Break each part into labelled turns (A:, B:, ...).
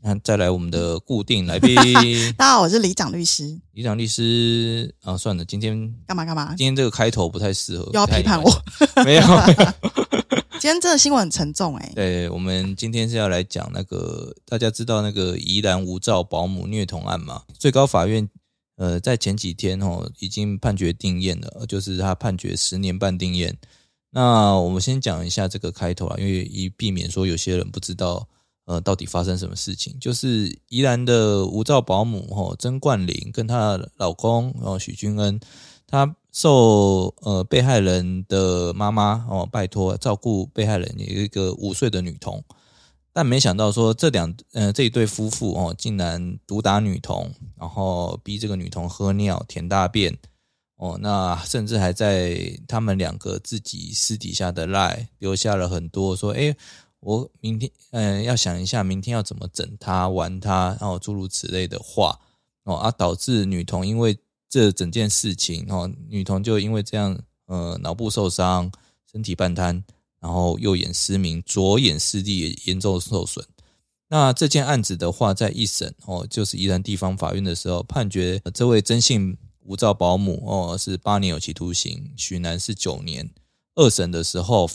A: 那再来我们的固定来宾
B: 大家好，我是李长律师。
A: 李长律师啊，算了，今天
B: 干嘛干嘛？
A: 今天这个开头不太适合，
B: 又要
A: 不太
B: 批判
A: 礼貌
B: 我？
A: 没有，没有
B: 今天这个新闻很沉重哎、
A: 对，我们今天是要来讲那个大家知道那个宜兰无照保姆虐童案嘛？最高法院呃在前几天哦已经判决定谳了，就是他判决十年半定谳。那我们先讲一下这个开头啊，因为以避免说有些人不知道呃到底发生什么事情。就是宜兰的无照保姆哦曾冠霖跟她的老公哦许君恩，她受呃被害人的妈妈哦拜托照顾被害人有一个五岁的女童，但没想到说这两呃这一对夫妇哦竟然毒打女童，然后逼这个女童喝尿、舔大便哦，那甚至还在他们两个自己私底下的赖留下了很多说诶我明天嗯、呃要想一下明天要怎么整她、玩她，然后诸如此类的话哦，啊导致女童因为这整件事情哦，女童就因为这样，呃，脑部受伤，身体半瘫，然后右眼失明，左眼视力也严重受损。那这件案子的话，在一审哦，就是宜兰地方法院的时候判决，呃这位曾姓无照保姆哦是八年有期徒刑，许男是九年。二审的时候，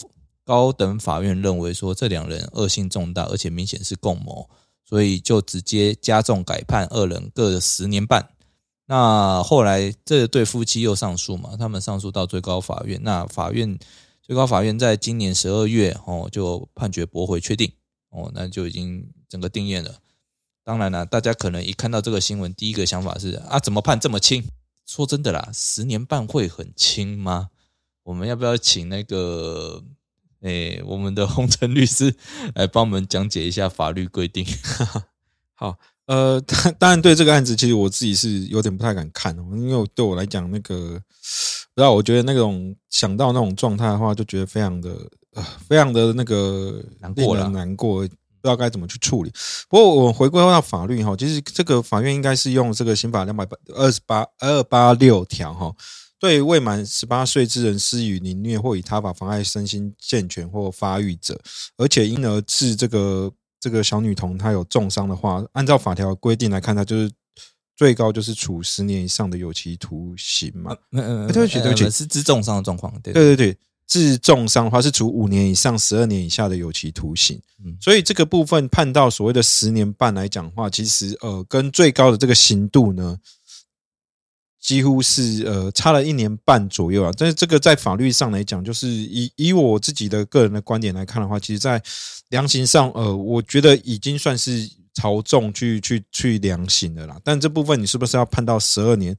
A: 高等法院认为说这两人恶性重大，而且明显是共谋，所以就直接加重改判，二人各十年半。那后来这对夫妻又上诉嘛，他们上诉到最高法院，那法院最高法院在今年十二月哦就判决驳回确定哦，那就已经整个定谳了。当然啦，大家可能一看到这个新闻，第一个想法是啊，怎么判这么轻？说真的啦，十年半会很轻吗？我们要不要请那个诶、我们的洪晨律师来帮我们讲解一下法律规定？
C: 呃， 当当然对这个案子，其实我自己是有点不太敢看哦，因为我对我来讲，那个不知道，我觉得那种想到那种状态的话，就觉得非常的呃，非常的那个
A: 难过啦
C: 令人难过，不知道该怎么去处理。不过我回归到法律哈，其实这个法院应该是用这个刑法两百二十八二八六条哈。对未满十八岁之人施予凌虐或以他法妨碍身心健全或发育者，而且因而致这个这个小女童她有重伤的话，按照法条规定来看，她就是最高就是处十年以上的有期徒刑嘛。
A: 嗯
C: 对不起对不起
A: 是致重伤的状况，对对
C: 对对对，致重伤的话是处五年以上十二年以下的有期徒刑。
A: 嗯
C: 所以这个部分判到所谓的十年半来讲的话，其实呃跟最高的这个刑度呢，几乎是呃差了一年半左右啊。但是这个在法律上来讲，就是以以我自己的个人的观点来看的话，其实，在量刑上，呃，我觉得已经算是朝重去去去量刑的啦。但这部分你是不是要判到十二年？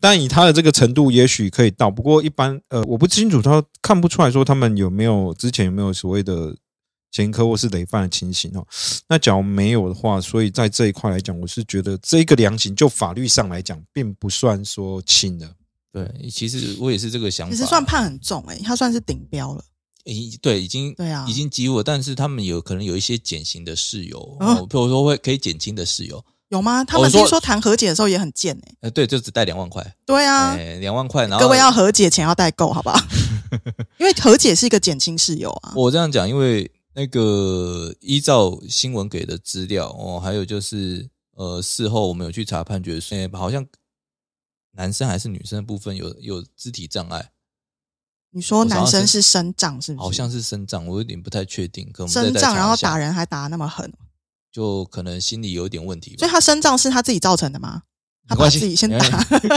C: 但以他的这个程度，也许可以到。不过一般呃，我不清楚他看不出来说他们有没有之前有没有所谓的前科或是累犯的情形哦。那假如没有的话，所以在这一块来讲，我是觉得这个量刑就法律上来讲，并不算说轻的。
A: 对，其实我也是这个想法。
B: 其实算判很重哎、他算是顶标了。
A: 已对，已经
B: 对啊
A: 已经给我，但是他们有可能有一些减刑的事由，
B: 啊
A: 哦，比如说会可以减轻的事由，
B: 有吗？他
A: 我
B: 们
A: 说
B: 听说谈和解的时候也很贱哎、
A: 呃，对，就只带两万块，
B: 对啊，
A: 哎，两万块，然后
B: 各位要和解前要代购好 不好？因为和解是一个减轻事由啊。
A: 我这样讲，因为那个依照新闻给的资料哦，还有就是呃，事后我们有去查判决书，哎好像男生还是女生的部分有有肢体障碍，
B: 你说男生是生障是不是？
A: 好像是生长，我有点不太确定，可能我们
B: 生
A: 再再查
B: 嗯障，然后
A: 一下
B: 打，人还打得那么狠，
A: 就可能心理有一点问题吧，
B: 所以他生障是他自己造成的吗？他
A: 没
B: 把
A: 关系
B: 自己先
A: 没关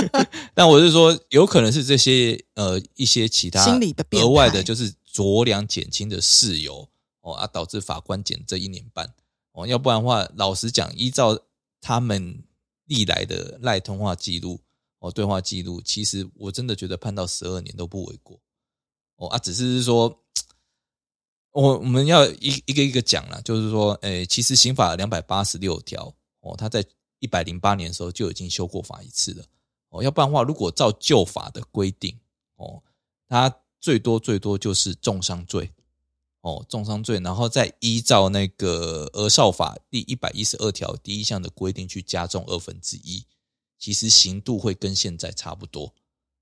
B: 打，
A: 但我是说，有可能是这些呃一些其他
B: 心理的变
A: 额
B: 态
A: 外的，就是酌量减轻的事由哦啊，导致法官减这一年半哦，要不然的话，老实讲，依照他们历来的赖通话记录哦对话记录，其实我真的觉得判到十二年都不为过哦啊，只是说。我我们要一一个一个讲啦，就是说，诶、其实刑法两百八十六条哦，它在一百零八年的时候就已经修过法一次了。哦，要不然的话，如果照旧法的规定，哦，他最多最多就是重伤罪，哦，重伤罪，然后再依照那个《儿少法》第一百一十二条第一项的规定去加重二分之一，其实刑度会跟现在差不多，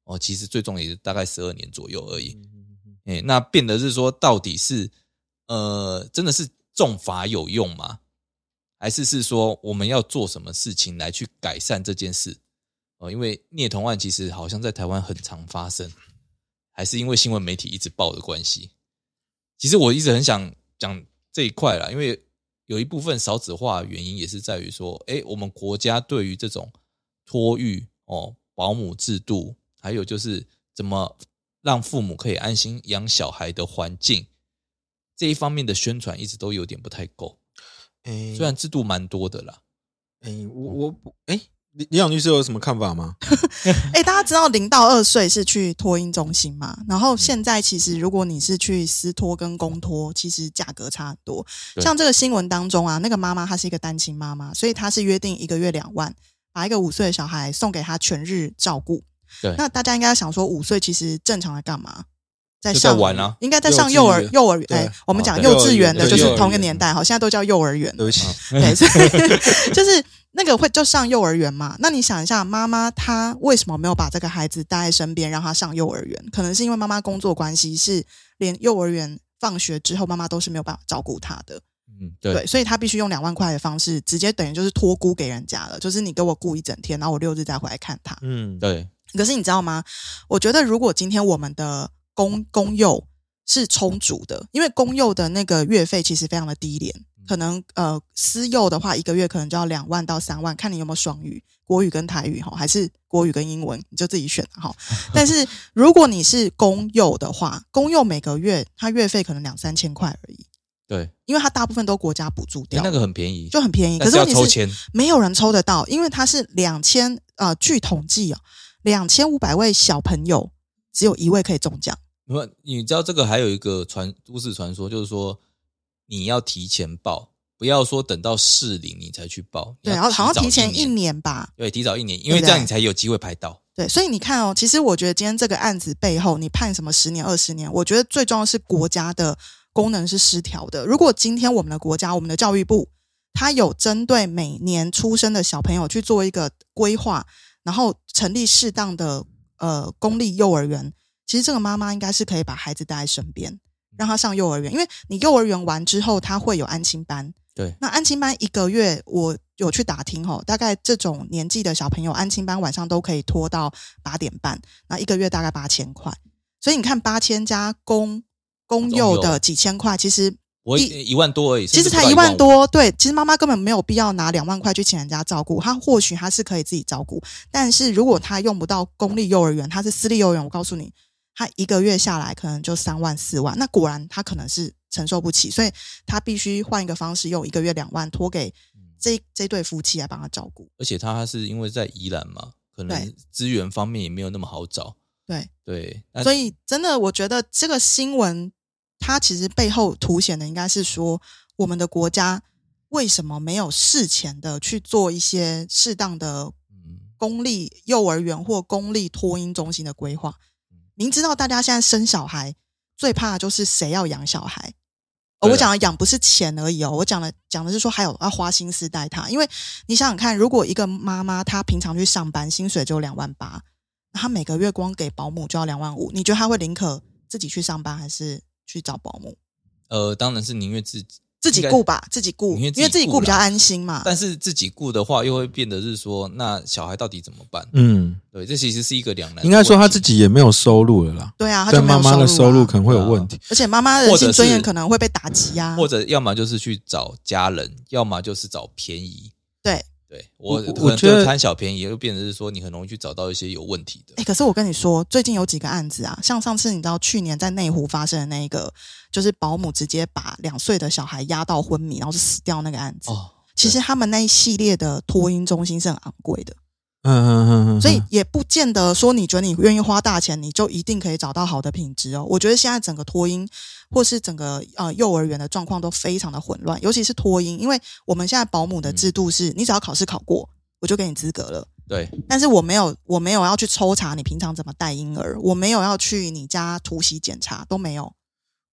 A: 哦，其实最重也是大概十二年左右
B: 嗯
A: 而已，哎、那变得是说，到底是呃，真的是重罚有用吗？还是是说我们要做什么事情来去改善这件事？呃，因为虐童案其实好像在台湾很常发生，还是因为新闻媒体一直报的关系。其实我一直很想讲这一块啦，因为有一部分少子化的原因也是在于说，诶，我们国家对于这种托育哦、保姆制度，还有就是怎么让父母可以安心养小孩的环境这一方面的宣传，一直都有点不太够。
C: 哎
A: 虽然制度蛮多的啦，
C: 哎、我我不哎，李李想律师有什么看法吗？
B: 哎、大家知道零到二岁是去托婴中心嘛？然后现在其实如果你是去私托跟公托，其实价格差很多。
A: 对
B: 像这个新闻当中啊，那个妈妈她是一个单亲妈妈，所以她是约定一个月两万，把一个五岁的小孩送给她全日照顾。
A: 对
B: 那大家应该想说，五岁其实正常来干嘛？在
A: 就在
B: 上
A: 玩啊
B: 应该在上幼儿
C: 幼稚园
B: 幼儿园。
C: 对
B: 哎、我们
A: 哦
B: 讲
A: 对
B: 幼稚园的，
C: 幼儿
B: 就是
C: 园幼儿
B: 同一个
C: 园
B: 年代，好，现在都叫幼儿园了
C: 对。不起，
B: 对，所以 就是那个会就上幼儿园嘛。那你想一下，妈妈她为什么没有把这个孩子带在身边，让他上幼儿园？可能是因为妈妈工作关系，是连幼儿园放学之后，妈妈都是没有办法照顾他的。
A: 嗯，对，
B: 所以她必须用两万块的方式，直接等于就是托孤给人家了，就是你给我雇一整天，然后我六日再回来看他。
C: 嗯，
A: 对，
B: 可是你知道吗？我觉得如果今天我们的公公幼是充足的，因为公幼的那个月费其实非常的低廉，
A: 嗯
B: 可能呃私幼的话，一个月可能就要两万到三万，看你有没有双语，国语跟台语哈，还是国语跟英文，你就自己选 哈。但是如果你是公幼的话，公幼每个月它月费可能两三千块而已，
A: 对，诶
B: 因为它大部分都国家补助掉，
A: 那个很便宜，
B: 就很便宜。可
A: 但
B: 是
A: 要
B: 问题
A: 抽
B: 是，
A: 签，
B: 没有人抽得到，因为它是两千呃，据统计哦，两千五百位小朋友只有一位可以中奖。
A: 不，你知道这个还有一个传都市传说，就是说你要提前报，不要说等到适龄你才去报，
B: 对，
A: 你
B: 然
A: 要
B: 后好像
A: 早
B: 提前一，年吧。
A: 对，提早一年，因为
B: 对不对
A: 这样你才有机会排到。
B: 对，所以你看哦，其实我觉得今天这个案子背后，你判什么十年、二十年，我觉得最重要的是国家的功能是失调的。如果今天我们的国家，我们的教育部，它有针对每年出生的小朋友去做一个规划，然后成立适当的呃公立幼儿园，其实这个妈妈应该是可以把孩子带在身边，让他上幼儿园，因为你幼儿园完之后，他会有安亲班，
A: 对，
B: 那安亲班一个月，我有去打听吼，大概这种年纪的小朋友，安亲班晚上都可以拖到八点半，那一个月大概八千块。所以你看，八千加公公幼
A: 公幼
B: 的几千块，其实
A: 我
B: 一
A: 一万多而已，甚
B: 其实
A: 至不
B: 才
A: 到
B: 一
A: 一
B: 万
A: 五，
B: 多。对，其实妈妈根本没有必要拿两万块去请人家照顾，她或许她是可以自己照顾，但是如果她用不到公立幼儿园，她是私立幼儿园，我告诉你，她一个月下来可能就三万四万，那果然她可能是承受不起，所以她必须换一个方式，用一个月两万托给
A: 嗯
B: 这这对夫妻来帮她照顾。
A: 而且他是因为在宜兰嘛，可能
B: 对
A: 资源方面也没有那么好找。
B: 对
A: 对，那
B: 所以真的，我觉得这个新闻它其实背后凸显的应该是说，我们的国家为什么没有事前的去做一些适当的
A: 嗯，
B: 公立幼儿园或公立托婴中心的规划
A: 嗯。
B: 明知道大家现在生小孩最怕的就是谁要养小孩。
A: 对
B: 哦、
A: 啊
B: 我讲的养不是钱而已哦，我讲的讲的是说还有要花心思带他，因为你想想看，如果一个妈妈她平常去上班，薪水就两万八，那她每个月光给保姆就要两万五，你觉得她会宁可自己去上班还是去找保姆？
A: 呃，当然是宁愿自己，
B: 自己
A: 应该
B: 雇吧，自己雇，
A: 宁愿
B: 因
A: 自己
B: 为自己
A: 雇
B: 雇比
A: 啦
B: 较安心嘛。
A: 但是自己顾的话，又会变得是说，那小孩到底怎么办？
C: 嗯，
A: 对，这其实是一个两难的问题。
C: 应该说他自己也没有收入了啦，
B: 对啊，她
C: 但
B: 就没
C: 妈
B: 有
C: 妈的收入
B: 啊
C: 可能会有问题。
B: 而且妈妈
A: 或者
B: 的性尊严
A: 是
B: 可能会被打击啊，
A: 或者要么就是去找家人，要么就是找便宜。
B: 对
A: 对，我
C: 我我
A: 可能
C: 觉得
A: 就贪小便宜，又变成是说你很容易去找到一些有问题的
B: 哎、。可是我跟你说，最近有几个案子啊，像上次你知道去年在内湖发生的那一个，就是保姆直接把两岁的小孩压到昏迷，然后就死掉那个案子。
A: 哦，
B: 其实他们那一系列的托婴中心是很昂贵的，
C: 嗯嗯嗯嗯，
B: 所以也不见得说你觉得你愿意花大钱，你就一定可以找到好的品质哦。我觉得现在整个托婴或是整个呃幼儿园的状况都非常的混乱，尤其是托婴，因为我们现在保姆的制度是，你只要考试考过，我就给你资格了。
A: 对，
B: 但是我没有，我没有要去抽查你平常怎么带婴儿，我没有要去你家突袭检查，都没有。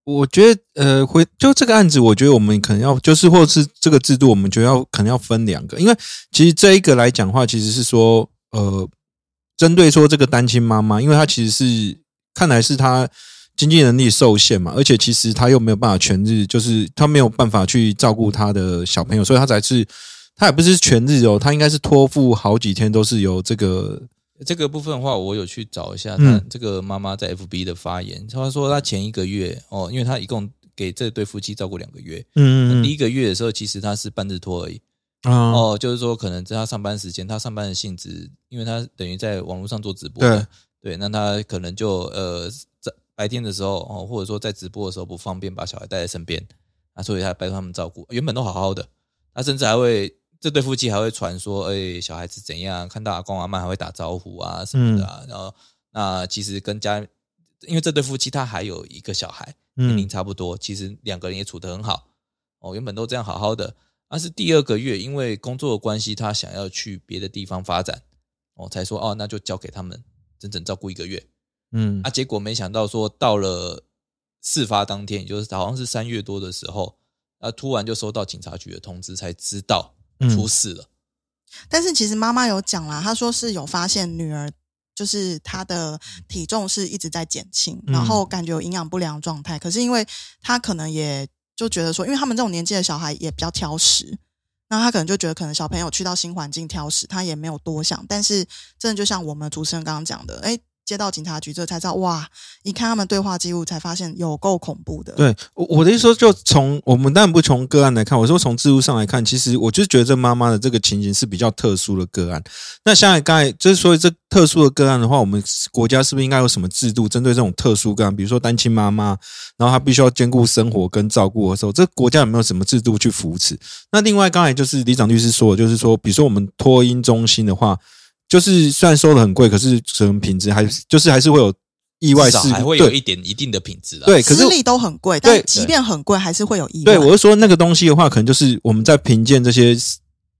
C: 我觉得，呃，回就这个案子，我觉得我们可能要，就是或是这个制度，我们就要可能要分两个，因为其实这一个来讲话，其实是说，呃，针对说这个单亲妈妈，因为她其实是看来是她经济能力受限嘛，而且其实她又没有办法全日，就是她没有办法去照顾她的小朋友，所以她才是她也不是全日哦，她应该是托付好几天都是由这个
A: 这个部分的话，我有去找一下
C: 嗯
A: 她这个妈妈在 FB 的发言，她说她前一个月哦，因为她一共给这对夫妻照顾两个月，
C: 嗯
A: 第一个月的时候其实她是半日托而已，
C: 啊、
A: 哦，就是说可能在她上班时间，她上班的性质，因为她等于在网络上做直播
C: 对
A: 的，对，那她可能就呃在白天的时候哦，或者说在直播的时候不方便把小孩带在身边，啊，所以她拜托他们照顾，原本都好好的，她甚至还会这对夫妻还会传说，哎、小孩子怎样，看到阿公阿妈还会打招呼啊什么的啊，然后那其实跟家，因为这对夫妻他还有一个小孩，年龄
C: 嗯
A: 差不多，其实两个人也处得很好。哦，原本都这样好好的，但是第二个月因为工作的关系，他想要去别的地方发展，哦，才说哦，那就交给他们整整照顾一个月。
C: 嗯
A: 啊，结果没想到说到了事发当天，也就是好像是三月多的时候，啊，突然就收到警察局的通知，才知道
C: 嗯
A: 出事了。
B: 但是其实妈妈有讲啦，她说是有发现女儿就是她的体重是一直在减轻，
C: 嗯
B: 然后感觉有营养不良状态。可是因为她可能也就觉得说，因为他们这种年纪的小孩也比较挑食，那她可能就觉得可能小朋友去到新环境挑食，她也没有多想。但是真的就像我们主持人刚刚讲的，哎。接到警察局这才知道，哇！一看他们对话记录，才发现有够恐怖的。
C: 对，我我的意思说，就从我们当然不从个案来看，我说从制度上来看，其实我就觉得这妈妈的这个情形是比较特殊的个案。那像刚才之所以这特殊的个案的话，我们国家是不是应该有什么制度针对这种特殊个案，比如说单亲妈妈，然后她必须要兼顾生活跟照顾的时候，这国家有没有什么制度去扶持？那另外刚才就是李长律师说的，就是说，比如说我们托婴中心的话，就是虽然收的很贵，可是可能品质还是就是还是会有意外
A: 至
C: 事
A: 少
C: 故，
A: 还会有一点一定的品质啦。
C: 对，对，可是
B: 私立都很贵，
C: 对
B: 但即便很贵，还是会有意外。
C: 对，我是说那个东西的话，可能就是我们在评鉴这些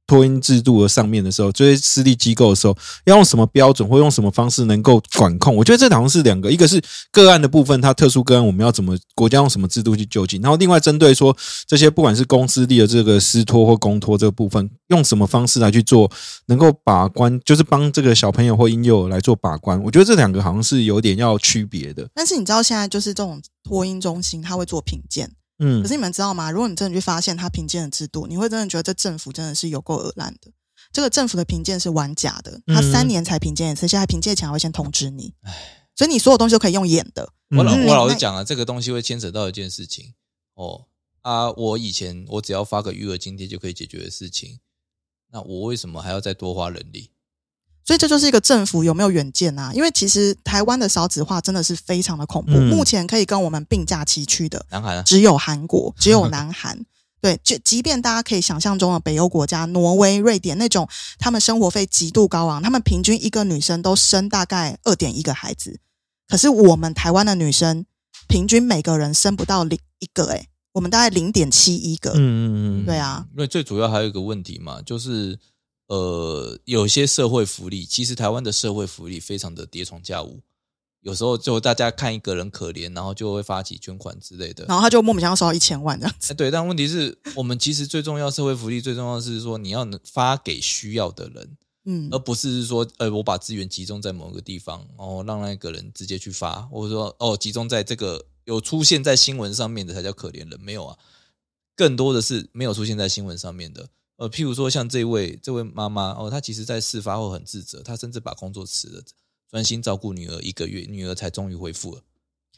C: 托婴制度的上面的时候，这些私立机构的时候，要呃用什么标准或用什么方式能够管控？我觉得这好像是两个，一个是个案的部分，它特殊个案我们要怎么国家用什么制度去救济，然后另外针对说这些不管是公私立的这个私托或公托这个部分，用什么方式来去做，能够把关，就是帮这个小朋友或婴幼儿来做把关。我觉得这两个好像是有点要区别的。
B: 但是你知道现在就是这种托婴中心，他会做评鉴。
C: 嗯
B: 可是你们知道吗？如果你真的去发现他评鉴的制度，你会真的觉得这政府真的是有够恶烂的。这个政府的评鉴是玩假的，他
C: 嗯
B: 三年才评鉴一次，现在评鉴前还会先通知你，所以你所有东西都可以用演的。
A: 我老
B: 嗯
A: 我老
B: 那
A: 是讲啊，这个东西会牵扯到一件事情哦啊，我以前我只要发个余额津贴就可以解决的事情，那我为什么还要再多花人力？
B: 所以这就是一个政府有没有远见啊？因为其实台湾的少子化真的是非常的恐怖，
C: 嗯
B: 目前可以跟我们并驾齐驱的
A: 南韩啊，
B: 只有韩国，只有南韩。对，就即便大家可以想象中的北欧国家，挪威、瑞典那种，他们生活费极度高昂，他们平均一个女生都生大概二点一个孩子，可是我们台湾的女生平均每个人生不到零一个、欸，我们大概零点七一个。
C: 嗯嗯嗯，
B: 对啊，
A: 因为最主要还有一个问题嘛，就是呃，有些社会福利，其实台湾的社会福利非常的跌床架屋，有时候就大家看一个人可怜，然后就会发起捐款之类的。
B: 然后他就莫名其妙收到一千万这样子。
A: 哎，对，但问题是我们其实最重要社会福利最重要的是说你要能发给需要的人，
B: 嗯
A: 而，不是说，呃，我把资源集中在某个地方，然后让那个人直接去发，或者说，哦，集中在这个有出现在新闻上面的才叫可怜人，没有啊，更多的是没有出现在新闻上面的。呃，譬如说像这位这位妈妈哦，她其实在事发后很自责，她甚至把工作辞了，专心照顾女儿一个月，女儿才终于恢复了。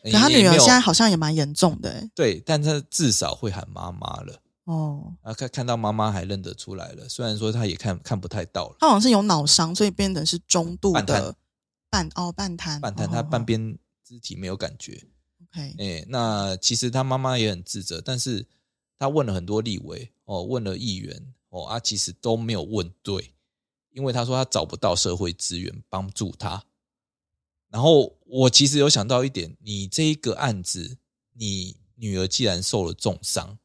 B: 可他
A: 也也
B: 女儿
A: 没有
B: 现在好像也蛮严重的、欸。
A: 对，但她至少会喊妈妈了
B: 哦，
A: 啊，看看到妈妈还认得出来了，虽然说她也看看不太到了。
B: 她好像是有脑伤，所以变成是中度
A: 半瘫
B: 的半哦半瘫
A: 半瘫，
B: 哦
A: 他
B: 哦
A: 半边肢体没有感觉。
B: OK
A: 哎、那其实他妈妈也很自责，但是他问了很多立委哦，问了议员哦，啊，其实都没有问对，因为他说他找不到社会资源帮助他。然后我其实有想到一点，你这一个案子，你女儿既然受了重伤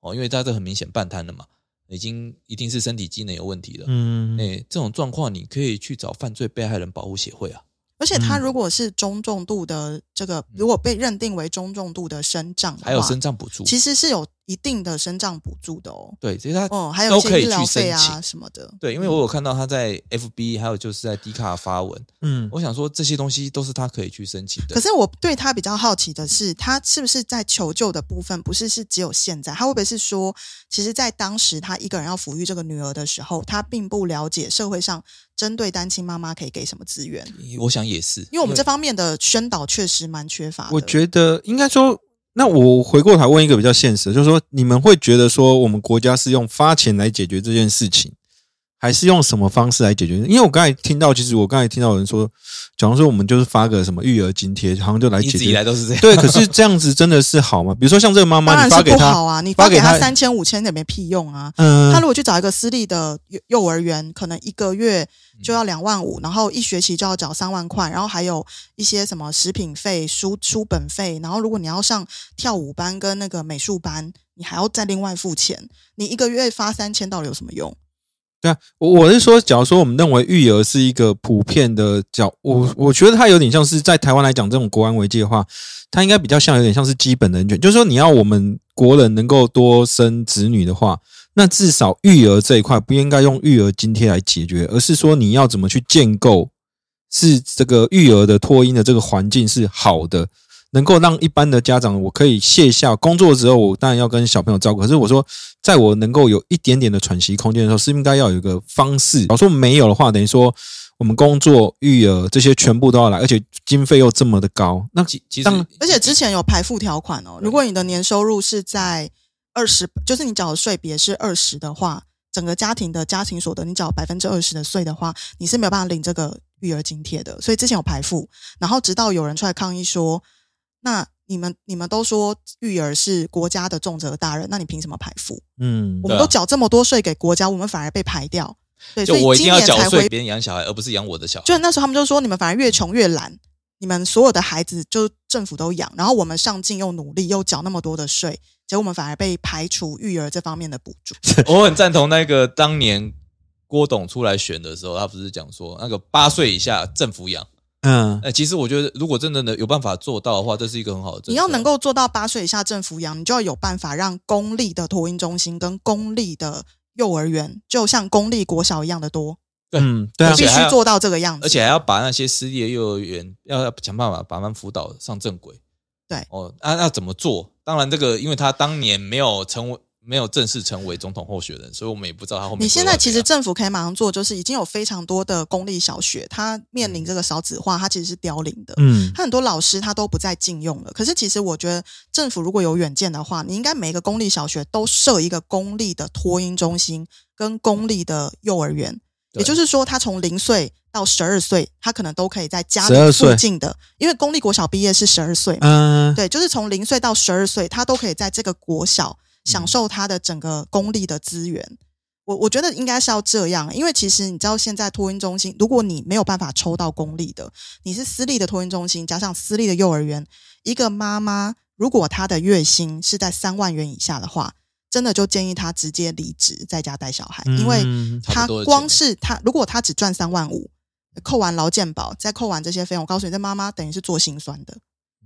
A: 哦，因为她这很明显半瘫了嘛，已经一定是身体机能有问题了。
C: 嗯
A: 哎、这种状况你可以去找犯罪被害人保护协会啊。
B: 而且他如果是中重度的这个，如果被认定为中重度的生障的话，
A: 还有身障补助，
B: 其实是有一定的生障补助的哦。
A: 对，其实他、
B: 哦，还有一
A: 都可
B: 些
A: 以
B: 医疗
A: 去申
B: 费啊
A: 请
B: 什么的。
A: 对，因为我有看到他在 FB 还有就是在 D 卡发文，
C: 嗯，
A: 我想说这些东西都是他可以去申请的。
B: 可是我对他比较好奇的是，他是不是在求救的部分，不是是只有现在？他会不会是说，其实，在当时他一个人要抚育这个女儿的时候，他并不了解社会上针对单亲妈妈可以给什么资源？
A: 我想也是，
B: 因为我们这方面的宣导确实蛮缺乏的。
C: 我觉得应该说，那我回过头问一个比较现实的，就是说，你们会觉得说，我们国家是用发钱来解决这件事情，还是用什么方式来解决？因为我刚才听到，其实我刚才听到有人说，假如说我们就是发个什么育儿津贴，好像就来
A: 一
C: 解
A: 直以来
C: 决。
A: 都是这样。
C: 对，可是这样子真的是好吗？比如说像这个妈
B: 当
C: 妈，
B: 然
C: 你
B: 是
C: 发给
B: 不
C: 她
B: 好，啊！你
C: 发
B: 发
C: 给
B: 给
C: 他
B: 他三千五千也没屁用啊！
C: 嗯、
B: 他如果去找一个私立的幼幼儿园，可能一个月就要两万五，然后一学期就要缴三万块，然后还有一些什么食品费、书书本费，然后如果你要上跳舞班跟那个美术班，你还要再另外付钱。你一个月发三千到底有什么用？
C: 对啊，我我是说，假如说我们认为育儿是一个普遍的角，我我觉得它有点像是在台湾来讲，这种国安危机的话，它应该比较像有点像是基本人权，就是说你要我们国人能够多生子女的话，那至少育儿这一块不应该用育儿津贴来解决，而是说你要怎么去建构，是这个育儿的托婴的这个环境是好的，能够让一般的家长，我可以卸下工作之后，我当然要跟小朋友照顾。可是我说，在我能够有一点点的喘息空间的时候，是应该要有一个方式。哦我说没有的话，等于说我们工作、育儿这些全部都要来，而且经费又这么的高，那
A: 其其实
C: 当然，
B: 而且之前有排付条款哦，如果你的年收入是在二十，就是你缴的税别是二十的话，整个家庭的家庭所得你缴百分之二十的税的话，你是没有办法领这个育儿津贴的。所以之前有排付，然后直到有人出来抗议说，那你们你们都说育儿是国家的重责大任，那你凭什么排付？
C: 嗯
B: 我，
A: 对
B: 们
A: 啊
B: 都缴这么多税给国家，我们反而被排掉。对，
A: 就
B: 所以
A: 我一
B: 今
A: 定要
B: 年
A: 缴
B: 才
A: 税，
B: 会
A: 别人养小孩，而不是养我的小孩。
B: 就那时候他们就说，你们反而越穷越懒，你们所有的孩子就政府都养，然后我们上进又努力又缴那么多的税，结果我们反而被排除育儿这方面的补助。
A: 我很赞同那个当年郭董出来选的时候，他不是讲说那个八岁以下政府养。
C: 嗯
A: 哎、其实我觉得如果真的能有办法做到的话，这是一个很好的政策。啊
B: 你要能够做到八岁以下政府养，你就要有办法让公立的托婴中心跟公立的幼儿园，就像公立国小一样的多，
A: 对
C: 嗯，对啊
A: 而且
B: 必
A: 还
B: 须
A: 要
B: 做到这个样子。
A: 而且还要把那些私立的幼儿园要要想办法把他们辅导上正轨。
B: 对
A: 哦，那、那怎么做？当然，这个因为他当年没有成为没有正式成为总统候选人，所以我们也不知道他后面。
B: 你现在其实，政府可以马上做，就是已经有非常多的公立小学，它面临这个少子化，它其实是凋零的。
C: 嗯
B: 他很多老师他都不再禁用了。可是其实我觉得政府如果有远见的话，你应该每个公立小学都设一个公立的托婴中心跟公立的幼儿园，
A: 对
B: 也就是说，他从零岁到十二岁，他可能都可以在家里
C: 12
B: 附
C: 岁
B: 近的，因为公立国小毕业是十二岁嘛，
C: 嗯，
B: 对，就是从零岁到十二岁，他都可以在这个国小享受他的整个公立的资源。我我觉得应该是要这样，因为其实你知道，现在托婴中心，如果你没有办法抽到公立的，你是私立的托婴中心加上私立的幼儿园，一个妈妈如果她的月薪是在三万元以下的话，真的就建议她直接离职在家带小孩，因为
C: 嗯
A: 差
B: 他
A: 不多的
B: 光
A: 钱
B: 是他，如果他只赚三万五，扣完劳健保，再扣完这些费用，我告诉你，这妈妈等于是做心酸的。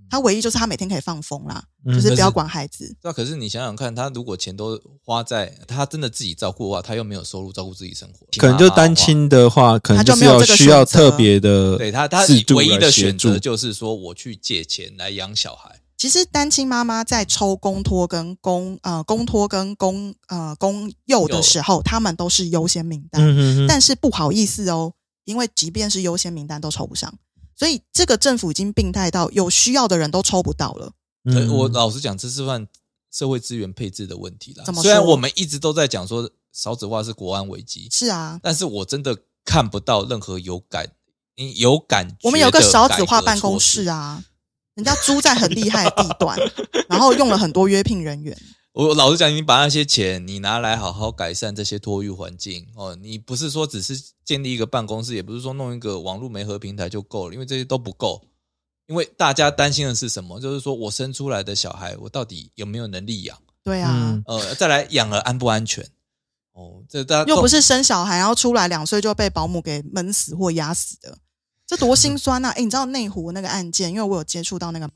B: 他唯一就是他每天可以放风啦，
C: 嗯
B: 就是不
A: 但
B: 要
A: 是
B: 管孩子。
A: 啊那、可是你想想看，他如果钱都花在他真的自己照顾的话，他又没有收入照顾自己生活，
C: 可能就单。亲的话，可能
B: 他就没
C: 是
B: 有
C: 要
B: 这个
C: 需
B: 选
C: 要
B: 择
C: 特别的
A: 对他，他
C: 制度
A: 唯一
C: 来
A: 的
C: 协
A: 选
C: 助
A: 择就是说，我去借钱来养小孩。
B: 其实单亲妈妈在抽公托跟公呃公托跟公呃公幼的时候，他们都是优先名单，
C: 嗯嗯嗯，
B: 但是不好意思哦，因为即便是优先名单都抽不上，所以这个政府已经病态到有需要的人都抽不到了。
A: 呃
C: 嗯
A: 我老实讲，这是算社会资源配置的问题啦
B: 怎。么
A: 虽然
B: 说
A: 我们一直都在讲说少子化是国安危机，
B: 是啊，
A: 但是我真的看不到任何有感嗯有感觉
B: 我们有个
A: 的
B: 少
A: 改
B: 子化
A: 革
B: 办公
A: 措施
B: 室。啊，人家租在很厉害的地段，然后用了很多约聘人员。
A: 我老实讲，你把那些钱你拿来好好改善这些托育环境哦，你不是说只是建立一个办公室，也不是说弄一个网络媒合平台就够了，因为这些都不够。因为大家担心的是什么？就是说我生出来的小孩，我到底有没有能力养？
B: 对啊，
C: 嗯
A: 呃，再来养儿安不安全？哦，这大家
B: 又不
A: 都
B: 是生小孩，然后出来两岁就被保姆给闷死或压死的，这多心酸呐、啊！哎，你知道内湖那个案件，因为我有接触到那个，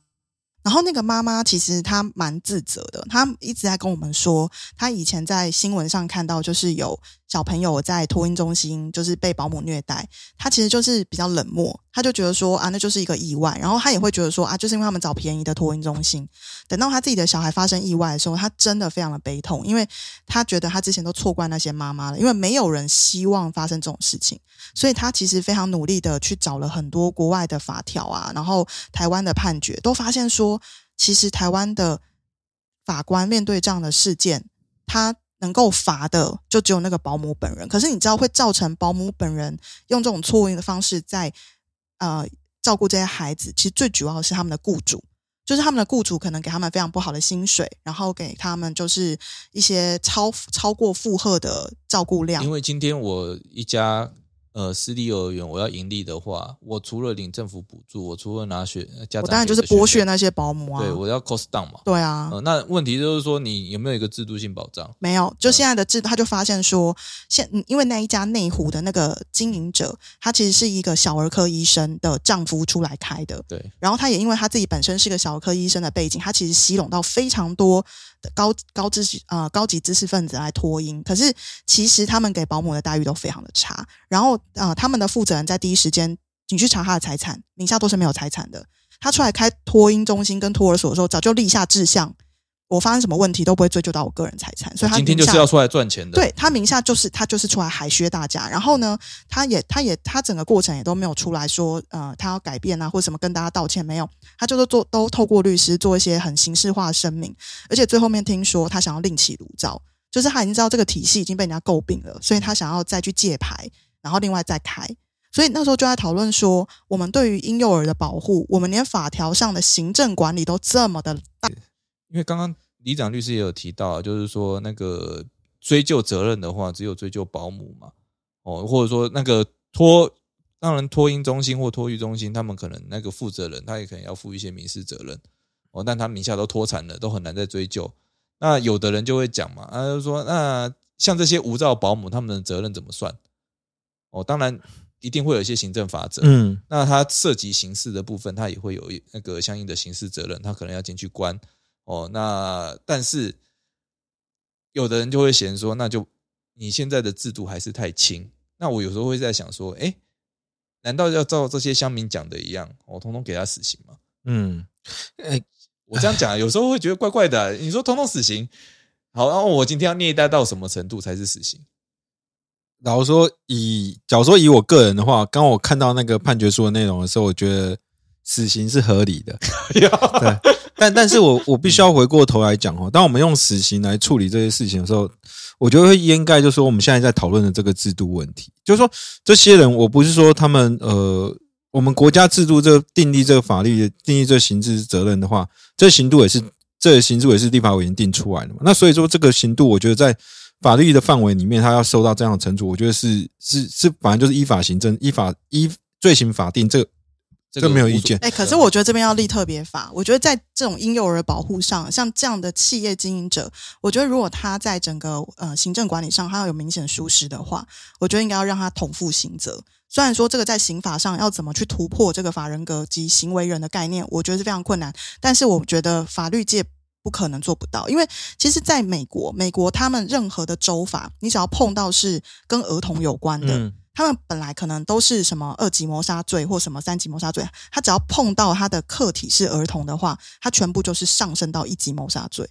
B: 然后那个妈妈其实她蛮自责的，她一直在跟我们说，她以前在新闻上看到就是有小朋友在托婴中心就是被保姆虐待，她其实就是比较冷漠，她就觉得说啊那就是一个意外，然后她也会觉得说啊就是因为他们找便宜的托婴中心，等到他自己的小孩发生意外的时候，他真的非常的悲痛，因为他觉得他之前都错怪那些妈妈了，因为没有人希望发生这种事情，所以他其实非常努力的去找了很多国外的法条啊，然后台湾的判决，都发现说，其实台湾的法官面对这样的事件，他能够罚的就只有那个保姆本人。可是你知道，会造成保姆本人用这种错误的方式在呃照顾这些孩子，其实最主要的是他们的雇主。就是他们的雇主可能给他们非常不好的薪水，然后给他们就是一些超超过负荷的照顾量
A: 因。为今天我一家呃私立幼儿园，我要盈利的话，我除了领政府补助，我除了拿学呃家长，
B: 我当然就是剥削，那些保姆啊，
A: 对我要 cost down 嘛。
B: 对啊，
A: 呃，那问题就是说，你有没有一个制度性保障？
B: 没有，就现在的制度，他就发现说，现嗯因为那一家内湖的那个经营者，他其实是一个小儿科医生的丈夫出来开的，
A: 对，
B: 然后他也因为他自己本身是个小儿科医生的背景，他其实吸拢到非常多的高高知识呃高级知识分子来脱音。可是其实他们给保姆的待遇都非常的差。然后呃，他们的负责人在第一时间，你去查他的财产，名下都是没有财产的。他出来开托婴中心跟托儿所的时候，早就立下志向，我发生什么问题都不会追究到我个人财产，所以他
A: 今天
B: 名
A: 就
B: 下
A: 是要出来赚钱的。
B: 对他名下就是他就是出来海削大家，然后呢，他也他也他整个过程也都没有出来说呃他要改变啊或什么跟大家道歉没有，他就是做都透过律师做一些很形式化的声明，而且最后面听说他想要另起炉灶，就是他已经知道这个体系已经被人家诟病了，所以他想要再去借牌，然后另外再开。所以那时候就在讨论说，我们对于婴幼儿的保护，我们连法条上的行政管理都这么的
A: 因为刚刚李长律师也有提到啊，就是说那个追究责任的话，只有追究保姆嘛，哦，或者说那个托，当然托婴中心或托育中心，他们可能那个负责人他也可能要负一些民事责任，哦，但他名下都脱产了，都很难再追究。那有的人就会讲嘛，啊，就说那像这些无照保姆，他们的责任怎么算？哦，当然一定会有一些行政法则，
C: 嗯，
A: 那它涉及刑事的部分，它也会有一那个相应的刑事责任，他可能要进去关哦。那但是有的人就会嫌说，那就你现在的制度还是太轻。那我有时候会在想说，哎，难道要照这些乡民讲的一样，我、通通给他死刑吗？
C: 嗯，哎，
A: 我这样讲，有时候会觉得怪怪的啊、你说通通死刑，好，然、后我今天要虐待到什么程度才是死刑？
C: 老实说以，假如说以我个人的话，刚我看到那个判决书的内容的时候，我觉得死刑是合理的。 对，但但是我我必须要回过头来讲哦，当我们用死刑来处理这些事情的时候，我觉得会掩盖，就是说我们现在在讨论的这个制度问题，就是说这些人，我不是说他们呃，我们国家制度这订立这个法律、定义这个刑事责任的话，这刑度也是这个刑度也是立法委员定出来的嘛。那所以说，这个刑度，我觉得在法律的范围里面，他要受到这样的惩处，我觉得是是是，反正就是依法行政、依法依罪行法定这个。
A: 这个
C: 这没有
A: 无所
C: 意见
B: 哎、可是我觉得这边要立特别法。我觉得在这种婴幼儿保护上，像这样的企业经营者，我觉得如果他在整个呃行政管理上他要有明显疏失的话，我觉得应该要让他同负刑责。虽然说这个在刑法上要怎么去突破这个法人格及行为人的概念，我觉得是非常困难。但是我觉得法律界不可能做不到，因为其实在美国，美国他们任何的州法，你只要碰到是跟儿童有关的，
C: 嗯
B: 他们本来可能都是什么二级谋杀罪或什么三级谋杀罪，他只要碰到他的客体是儿童的话，他全部就是上升到一级谋杀罪。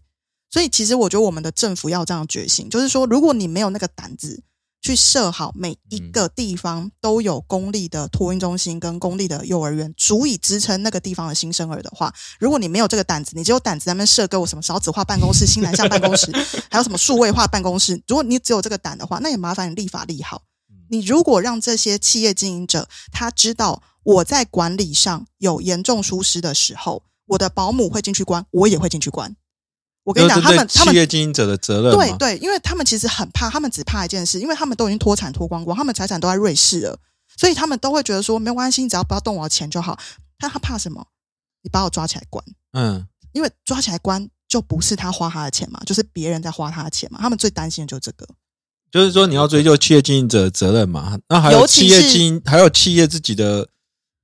B: 所以其实我觉得我们的政府要有这样的决心，就是说，如果你没有那个胆子去设好每一个地方都有公立的托运中心跟公立的幼儿园，足以支撑那个地方的新生儿的话，如果你没有这个胆子，你只有胆子在那边设给我什么少子化办公室、新南向办公室，还有什么数位化办公室，如果你只有这个胆的话，那也麻烦你立法立好。你如果让这些企业经营者他知道我在管理上有严重疏失的时候，我的保姆会进去关，我也会进去关。我跟你讲，
C: 就是
B: 他
C: 对
B: 们他们
C: 企业经营者的责任嘛，
B: 对对，因为他们其实很怕，他们只怕一件事，因为他们都已经脱产脱光光，他们财产都在瑞士了，所以他们都会觉得说没关系，你只要不要动我的钱就好。但他怕什么？你把我抓起来关，
C: 嗯，
B: 因为抓起来关就不是他花他的钱嘛，就是别人在花他的钱嘛。他们最担心的就是这个。
C: 就是说你要追究企业经营者的责任嘛，那还有
B: 尤其
C: 企业
B: 是
C: 经营，还有企业自己的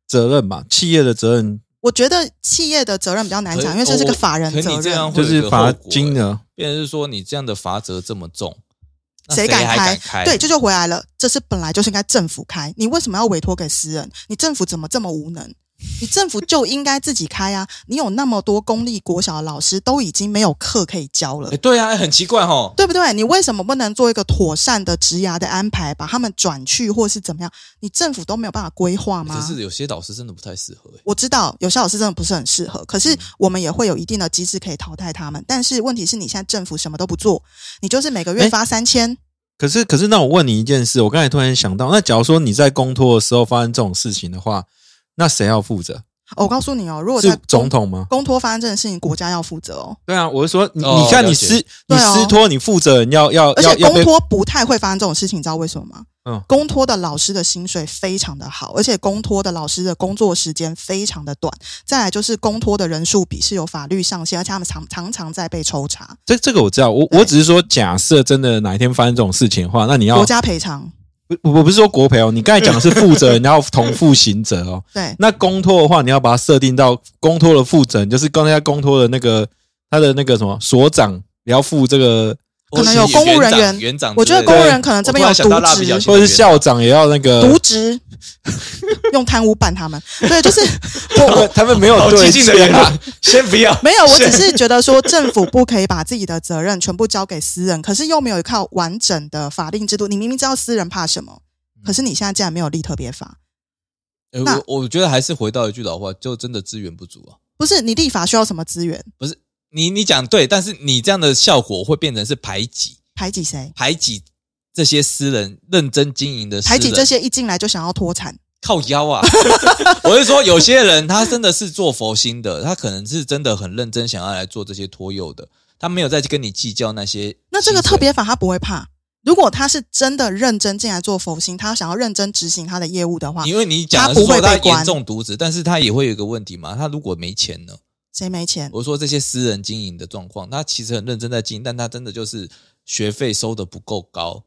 C: 责任嘛，企业的责任
B: 我觉得企业的责任比较难
A: 可
B: 讲，
A: 是
B: 因为这是个法人
A: 可是
B: 责
A: 你这样
B: 任
A: 会。
C: 就是罚金
A: 有一个欸
C: 额，
A: 变成是说你这样的罚则这么重，那
B: 谁
A: 谁
B: 敢
A: 还
B: 开
A: 敢开？
B: 对，这就回来了。这是本来就是应该政府开，你为什么要委托给私人？你政府怎么这么无能？你政府就应该自己开啊！你有那么多公立国小的老师都已经没有课可以教了
A: 哎，， 对啊，哎很奇怪哈。
B: 对不对？你为什么不能做一个妥善的职涯的安排，把他们转去或是怎么样？你政府都没有办法规划吗？
A: 只是有些老师真的不太适合、欸，
B: 我知道有些老师真的不是很适合，可
A: 嗯
B: 是我们也会有一定的机制可以淘汰他们。但是问题是你现在政府什么都不做，你就是每个月
C: 哎
B: 发三千，
C: 可是，可是，那我问你一件事，我刚才突然想到，那假如说你在公托的时候发生这种事情的话，那谁要负责？
B: 哦我告诉你哦，如果在
C: 是
B: 公
C: 总统吗？
B: 公托发生这种事情，国家要负责哦。
C: 对啊，我是说，你、
A: 哦
C: 你看你
A: 了解
C: 私、你
B: 对啊
C: 私托，你负责人要要
B: 而且
C: 要呃要
B: 公
C: 被
B: 托不太会发生这种事情，你知道为什么吗？
C: 嗯
B: 公托的老师的薪水非常的好，而且公托的老师的工作时间非常的短。再来就是公托的人数比是有法律上限，而且他们常常常在被抽查，
C: 这这个我知道，我
B: 对
C: 我只是说，假设真的哪一天发生这种事情的话，那你要
B: 国家赔偿。
C: 不我不是说国赔哦，你刚才讲的是负责 人要同负刑责哦。
B: 对，
C: 那公托的话，你要把它设定到公托的负责人，就是刚才公托的那个他的那个什么所长，也要负这个，
A: 我
B: 可能有公务人员
A: 园长，
B: 我觉得公务人可能这边有
A: 我突然想到蜡
B: 渎
A: 笔
B: 职
A: 小新
C: 或者是校长也要那个
B: 呃渎职， 用贪污办他们。对， 就是我
C: 他们
B: 我
C: 他们没有
A: 好
C: 对
A: 哦激进的
C: 策
A: 人
C: 啊，
A: 啊，先不要。
B: 没有，我只是觉得说政府不可以把自己的责任全部交给私人，可是又没有一套完整的法定制度。你明明知道私人怕什么，
C: 嗯
B: 可是你现在竟然没有立特别法，
A: 呃
B: 那
A: 我我觉得还是回到一句老话，就真的资源不足啊。
B: 不是你立法需要什么资源
A: 你你讲对，但是你这样的效果会变成是排挤
B: 排挤谁？
A: 排挤这些私人认真经营的私
B: 排
A: 人
B: 挤这些一进来就想要脱产，
A: 靠腰啊！ 我是说，有些人他真的是做佛心的，他可能是真的很认真想要来做这些托幼的，他没有再去跟你计较那些。
B: 那这个特别法他不会怕。如果他是真的认真进来做佛心，他想要认真执行他的业务的话，
A: 因为你讲的
B: 啊他
A: 是
B: 不会
A: 说他
B: 被关
A: 严重渎职，但是他也会有一个问题嘛，他如果没钱呢？
B: 谁没钱？
A: 我说这些私人经营的状况，他其实很认真在经营，但他真的就是学费收的不够高。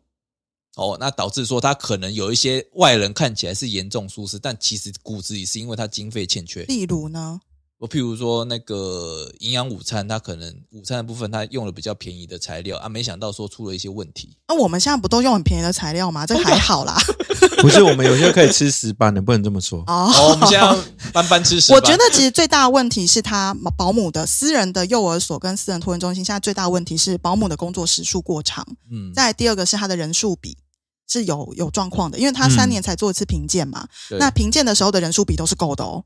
A: 哦，那导致说他可能有一些外人看起来是严重疏失，但其实骨子里是因为他经费欠缺。
B: 例如呢？
A: 我譬如说那个营养午餐，它可能午餐的部分它用了比较便宜的材料啊，没想到说出了一些问题。
B: 那、我们现在不都用很便宜的材料吗？
A: 哦
B: 这
A: 啊
B: 还好 啦。
C: 不 是我们有些可以吃石斑的，不能这么说。
B: 哦
A: 哦，我们 现在要 班班吃屎吧。
B: 我觉得其实最大的问题是他保姆的私人的幼儿所跟私人托育中心，现在最大的问题是保姆的工作时数过长。
A: 嗯，
B: 再来第二个是他的人数比是有有状况的，因为
A: 嗯
B: 他三年才做一次评鉴嘛，
A: 对
B: 那评鉴的时候的人数比都是够的哦，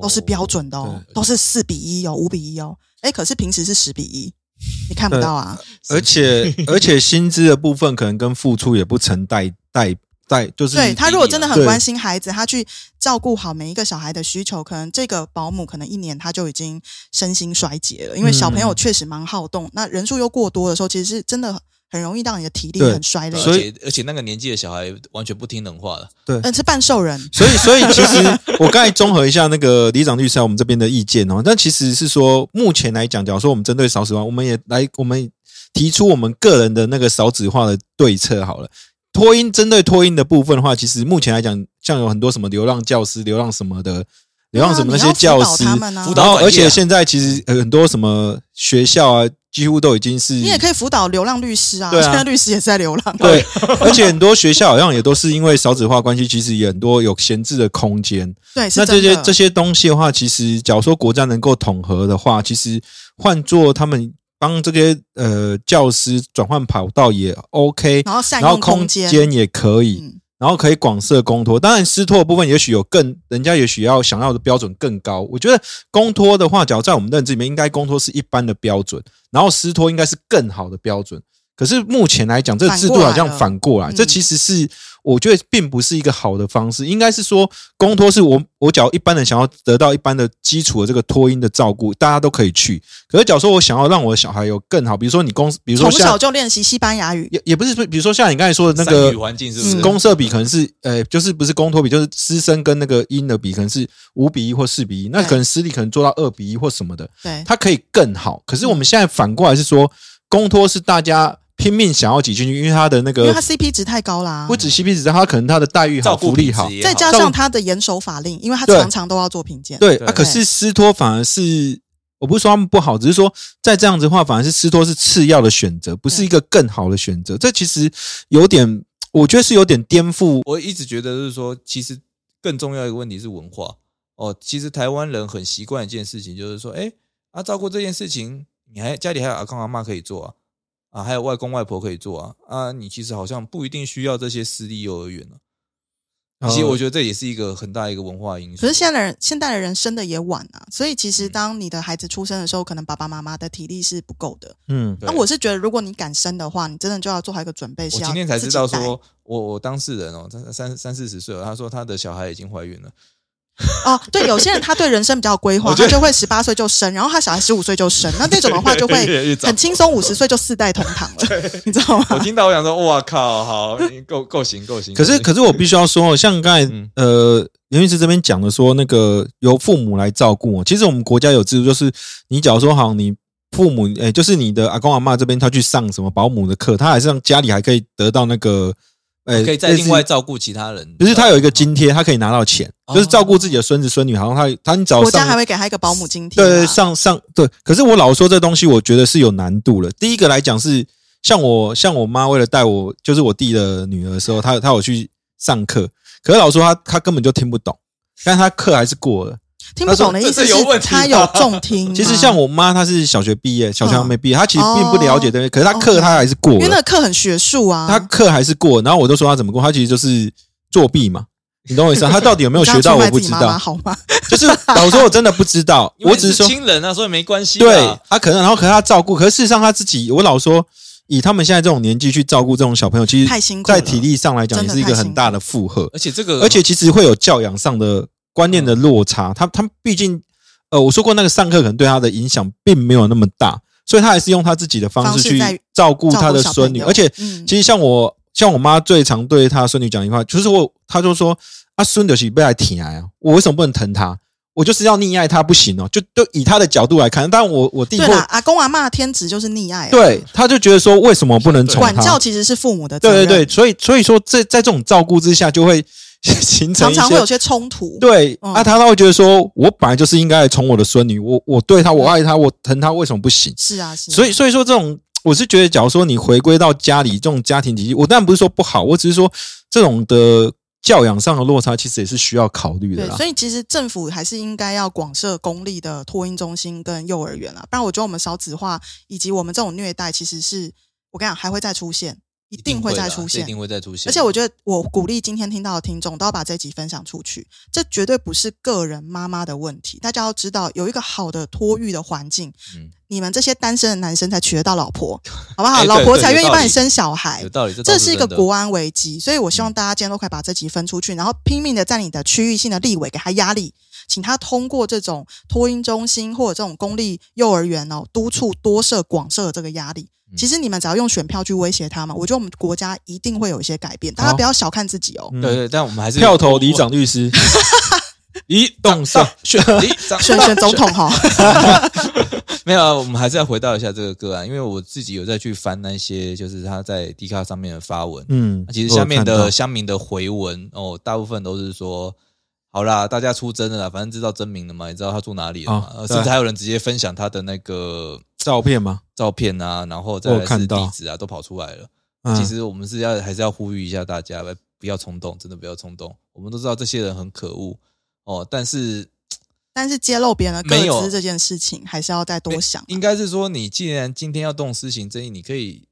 B: 都是标。
A: 哦
B: 准的哦，
C: 对
B: 都是四比一哦，五比一哦，哎，可是平时是十比一，哦 你看不到啊。
C: 而且而且薪资的部分可能跟付出也不成代代代，就是
B: 对他如果真的很
C: 对
B: 关心孩子，他去照顾好每一个小孩的需求，可能这个保姆可能一年他就已经身心衰竭了，因为小
C: 嗯
B: 朋友确实蛮好动，那人数又过多的时候，其实是真的很容易让你的体力
C: 对
B: 很衰
A: 对
B: 累，
A: 而
C: 所以
A: 且而且那个年纪的小孩完全不听人话了。
B: 嗯是半兽人，
C: 所以所以其实我刚才综合一下哦那个李长律师来我们这边的意见哦，但其实是说目前来讲，假如说我们针对少子化，我们也来我们提出我们个人的那个少子化的对策好了。脱音针对脱音的部分的话，其实目前来讲，像有很多什么流浪教师、流浪什么的，流浪什么那些教师，
B: 对啊你要辅导他们啊
A: 辅导
C: 然后，
A: 转业啊
C: 而且现在其实呃很多什么学校啊，几乎都已经是
B: 你也可以辅导流浪律师啊，
C: 对啊
B: 现在律师也是在流浪，
C: 对，而且很多学校好像也都是因为少子化关系，其实也很多有闲置的空间。
B: 对，是
C: 那这
B: 真
C: 些
B: 的
C: 这些东西的话，其实假如说国家能够统合的话，其实换做他们帮这些呃教师转换跑道也 OK，
B: 然后善
C: 然后
B: 哦用
C: 空
B: 间，
C: 间也可以。
B: 嗯，
C: 然后可以广设公托。当然，私托的部分也许有更人家也许要想要的标准更高。我觉得公托的话，只要在我们认知里面，应该公托是一般的标准，然后私托应该是更好的标准。可是目前来讲，这个制度好像反过来，
B: 反过来了
C: 这其实是我觉得并不是一个好的方式。应该是说，公托是我我假如一般人想要得到一般的基础的这个托婴的照顾，大家都可以去。可是假如说我想要让我的小孩有更好，比如说你公，比如说
B: 从
C: 像
B: 小就练习西班牙语，
C: 也也不是说，比如说像你刚才说的那
A: 善
C: 个
A: 语环境是不是
B: 嗯
C: 公社比可能是，呃，就是不是公托比，就是师生跟那个婴儿比，可能是五比一或四比一，那
B: 对
C: 可能私立可能做到二比一或什么的，
B: 对，嗯
C: 它可以更好。可是我们现在反过来是说，公托是大家拼命想要挤进去，因为他的那
B: 因为
C: 个
B: 他 CP 值太高啦
C: 不。止 CP 值，他可能他的待遇好，
A: 照顾
C: 福利好
A: 品质，也
B: 再加
C: 照
B: 上他的严守法令，因为他
C: 对
B: 常常都要做评鉴。
C: 对
A: 对
C: 啊。可是斯托反而是，我不是说他们不好，只是说在这样子的话，反而是斯托是次要的选择，不是一个更好的选择。这其实有点，我觉得是有点颠覆。
A: 我一直觉得就是说，其实更重要一个问题是文化哦。其实台湾人很习惯一件事情，就是说，哎，啊，照顾这件事情，你还家里还有阿公阿妈可以做啊，啊，还有外公外婆可以做啊，啊，你其实好像不一定需要这些私立幼儿园啊。
C: 哦
A: 其实
C: 呃
A: 我觉得这也是一个很大一个文化因素。
B: 可是现在的人，现代的人生的也晚啊，所以其
C: 嗯
B: 实当你的孩子出生的时候，可能爸爸妈妈的体力是不够的。
C: 嗯，
A: 对
B: 那我是觉得，如果你敢生的话，你真的就要做好一个准备，是
A: 我
B: 要
A: 今天才
B: 自
A: 知
B: 己
A: 道
B: 带
A: 说，我我当事人哦，三三三四十岁了，他说他的小孩已经怀孕了。
B: 哦，对，有些人他对人生比较有 规划，他就会十八岁就生，然后他小孩十五岁就生，那这种的话就
A: 越来越
B: 会
A: 早
B: 很轻松，五十岁就四代同堂了，你知 道
A: 我
B: 吗？
A: 听到我想说，哇靠，好，你够够行够行。
C: 可是，
A: 够行
C: 可是我必须要说，哦像刚才、
A: 嗯
C: 呃刘律师这边讲的说，那个由父母来照顾哦。其实我们国家有制度，就是你假如说好，你父母诶、就是你的阿公阿妈这边他去上什么保姆的课，他还是让家里还可以得到那个诶、
A: 可以再
C: 类似
A: 另外照顾其他人。
C: 就是他有一个津贴，他可以拿到钱，
A: 哦
C: 就是照顾自己的孙子孙女，好像他他你找
B: 国家
C: 上
B: 还会给他一个保姆津贴啊，
C: 对上上对，可是我老说这东西，我觉得是有难度了。第一个来讲是，像我像我妈为了带我，就是我弟的女儿的时候，她她有去上课，可是老说她她根本就听不懂，但她课还是过了。
B: 听不懂的意思
A: 这是有问
B: 是
A: 题
B: 他有重听吗。
C: 其实像我妈，她是小学毕业，小学还没毕业，她其实
B: 哦
C: 并不了解这些，可是她课
B: OK
C: 她还是过
B: 因为那
C: 了，
B: 个课很学术啊，
C: 她课还是过了。然后我就说她怎么过，她其实就是作弊嘛。你懂我意思啊？她到底有没有
B: 这
C: 学
B: 样
C: 到？
B: 出卖
C: 我不
B: 自
C: 知
B: 己妈妈
C: 道。
B: 好吗？
C: 就是老说，我真的不知 道。
A: 因为
C: 我
A: 是
C: 只是说，
A: 亲人啊，所以没关系啦。
C: 对他可能，然后可是他照顾，可是事实上他自己，我老说，以他们现在这种年纪去照顾这种小朋友，其实
B: 太辛苦了
C: 在体力上来讲也
B: 真的
C: 是一个很大的负荷，
A: 而且这个，
C: 而且其实会有教养上的观念的落差。他他毕竟，呃，我说过那个上课可能对他的影响并没有那么大，所以他还是用他自己的方
B: 方
C: 式
B: 式
C: 去
B: 在
C: 照顾
B: 照顾
C: 他的
B: 小
C: 孙
B: 朋
C: 女，
B: 友
C: 而且
B: 嗯
C: 其实像我像我妈最常对她孙女讲一句话，就是我她就说啊孙就是被来疼爱啊，我为什么不能疼她？我就是要溺爱她不行哦，就就以她的角度来看，但我我弟
B: 对
C: 或
B: 啦，阿公阿妈天职就是溺爱啊，
C: 对他就觉得说为什么不能宠
B: 管教
C: 她？
B: 其实是父母的责
C: 对
B: 任，
C: 对对，所以所以说这在这种照顾之下，就会形
B: 常
C: 成一
B: 常会
C: 些
B: 有些冲突。
C: 对、
B: 嗯
C: 啊，他他会觉得说我本来就是应该来宠我的孙女，我我对她我爱她我疼她为什么不行？
B: 是啊，是啊。
C: 所以，所以说这种，我是觉得，假如说你回归到家里这种家庭体系，我当然不是说不好，我只是说这种的教养上的落差，其实也是需要考虑的
B: 对，
C: 啦
B: 所。以其实政府还是应该要广设公立的托婴中心跟幼儿园啦，啊不然我觉得我们少子化以及我们这种虐待，其实是我跟你讲还会再出现，一
A: 一
B: 定会
A: 会
B: 再
A: 啦
B: 出
A: 这
B: 现
A: 一。定会再出现。
B: 而且我觉得，我鼓励今天听到的听众都要把这集分享出去，这绝对不是个人妈妈的问题。大家要知道，有一个好的托育的环境，
A: 嗯
B: 你们这些单身的男生才娶得到老婆，好不
A: 哎
B: 好？
A: 对
B: 老婆
A: 对
B: 才
A: 有
B: 愿意
A: 道
B: 帮你
A: 理
B: 生小孩
A: 有，道理，这倒
B: 这是一个
A: 真的嗯
B: 国安危机，所以我希望大家今天都可以把这集分出去，然后拼命的在你的区域性的立委给他压力，请他通过这种托婴中心或者这种公立幼儿园哦，督促多设广设的这个压力。
A: 嗯
B: 其实你们只要用选票去威胁他们，我觉得我们国家一定会有一些改变。大家不要小看自己哦，
C: 嗯
A: 对对，但我们还是
C: 票投里长 律师，移动上选
A: 里长
B: 选选总统哈、
A: 没有啊，我们还是要回到一下这个个案，因为我自己有再去翻那些，就是他在 D 卡上面的发文，
C: 嗯
A: 那啊其实下面
C: 我有
A: 的
C: 看到
A: 乡民的回文哦，大部分都是说，好啦，大家出征了啦，反正知道真名了嘛，也知道他住哪里了嘛，
C: 哦
A: 呃
C: 对
A: 甚至还有人直接分享他的那个
C: 照片吗？
A: 照片啊，然后再
C: 我有
A: 来是
C: 看到
A: 地址啊，都跑出来了。
C: 嗯
A: 其实我们是要还是要呼吁一下大家，不要冲动，真的不要冲动。我们都知道这些人很可恶哦，但是
B: 但是揭露别人的
A: 没
B: 个
A: 有
B: 资这件事情，还是要再多想。
A: 应该是说，你既然今天要动私刑正义，你可以，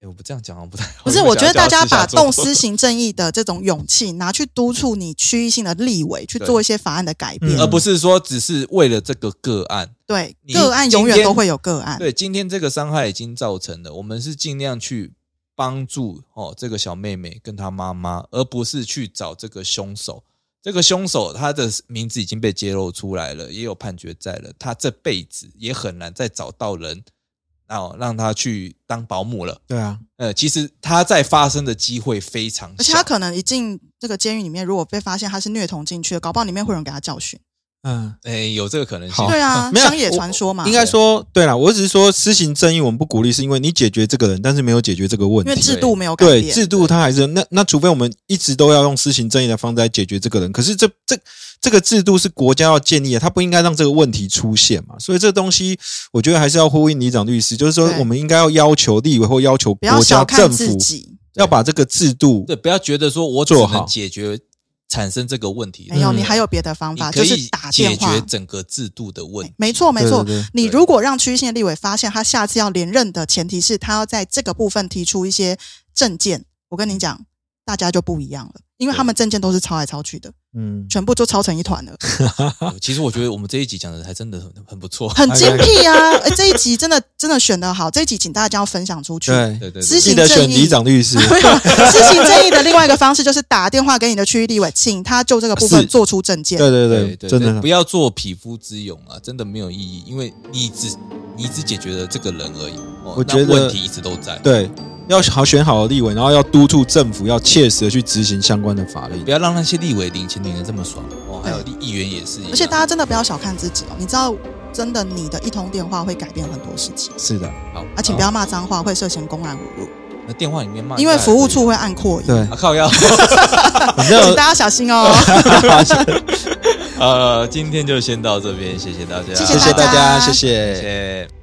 A: 哎，我不这样讲好像不太好。
B: 不是，
A: 因为
B: 我觉得
A: 想
B: 大
A: 要
B: 家
A: 叫他
B: 把
A: 私下做
B: 动私刑正义的这种勇气拿去督促你区域性的立委去
A: 对
B: 做一些法案的改变
C: 嗯，
A: 而不是说只是为了这个个案。
B: 对，
A: 你
B: 个案永远
A: 今天
B: 都会有个案。
A: 对，今天这个伤害已经造成了，我们是尽量去帮助哦这个小妹妹跟她妈妈，而不是去找这个凶手。这个凶手他的名字已经被揭露出来了，也有判决在了，他这辈子也很难再找到人，哦，让他去当保姆了。
C: 对啊，
A: 呃，其实他再发生的机会非常小，
B: 而且他可能一进这个监狱里面，如果被发现他是虐童进去的，搞不好里面会有人给他教训。
C: 嗯，
A: 哎、有这个可能性
C: 好。
B: 对啊，
C: 哦嗯没有
B: 乡野传说嘛，
C: 应
B: 因
C: 该说对啦，我只是说施行正义，我们不鼓励，是因为你解决这个人，但是没有解决这个问
B: 为
C: 题。
B: 制度没有改
C: 对
B: 变，
C: 制度，它还是那那，除非我们一直都要用施行正义的方式来解决这个人。可是这这这个制度是国家要建立的，它不应该让这个问题出现嘛。所以这东西，我觉得还是要呼应李长律师，就是说
B: 对
C: 我们应该要要求立委或要求
B: 不要
C: 国家
B: 小看
C: 政
B: 自
C: 府
B: 己，
C: 要把这个制度
A: 对，不要觉得说我只
C: 做
A: 能
C: 好
A: 解决产生这个问题，
B: 没有，
C: 嗯
B: 哎你还有别的方
A: 你
B: 法，
A: 可
B: 就
A: 以
B: 是打
A: 解
B: 电话哎
A: 决。整个制度的问题。
B: 没错，没错
C: 对对对。
B: 你
A: 对
B: 如果让区域性的立委发现他下次要连任的前提是他要在这个部分提出一些政见，我跟你讲，大家就不一样了，因为他们政见都是抄来抄去的，
C: 嗯，
B: 全部都抄成一团了，
A: 对其实我觉得我们这一集讲的还真的很很不错，
B: 很精辟啊！哎这一集真的真的选得好，这一集请大家要分享出去。
C: 对
A: 对，对对，
B: 知
C: 记
B: 行
C: 得选
B: 正义
C: 李长律师。
B: 没有施行正义的另外一个方式就是打电话给你的区域立委，请他就这个部分
C: 是
B: 做出政见。
C: 对对
A: 对对，
C: 真的
A: 不要做匹夫之勇啊，真的没有意义，因为你只你只解决了这个人而已，哦、
C: 我
A: 那
C: 觉得
A: 问题一直都在，
C: 对，要好选好的立委，然后要督促政府要切实的去执行相关的法令
A: 不。要让那些立委领钱领的这么爽哦，还有立议员也是一样，
B: 而且大家真的不要小看自己哦，你知道，真的你的一通电话会改变很多事情。
C: 是的，
A: 好
B: 啊，请不
C: 哦
B: 要骂脏话，会涉嫌公然侮辱，
A: 那电话里面骂，
B: 因为服务处会按扩音，
C: 啊对
A: 啊，靠腰，
C: 你知
B: 请
C: 道
B: 大家小心 哦。
A: 呃，今天就先到这边，谢谢大家，
B: 谢
C: 谢谢
B: 大
C: 大
B: 家
C: 家，谢
A: 谢谢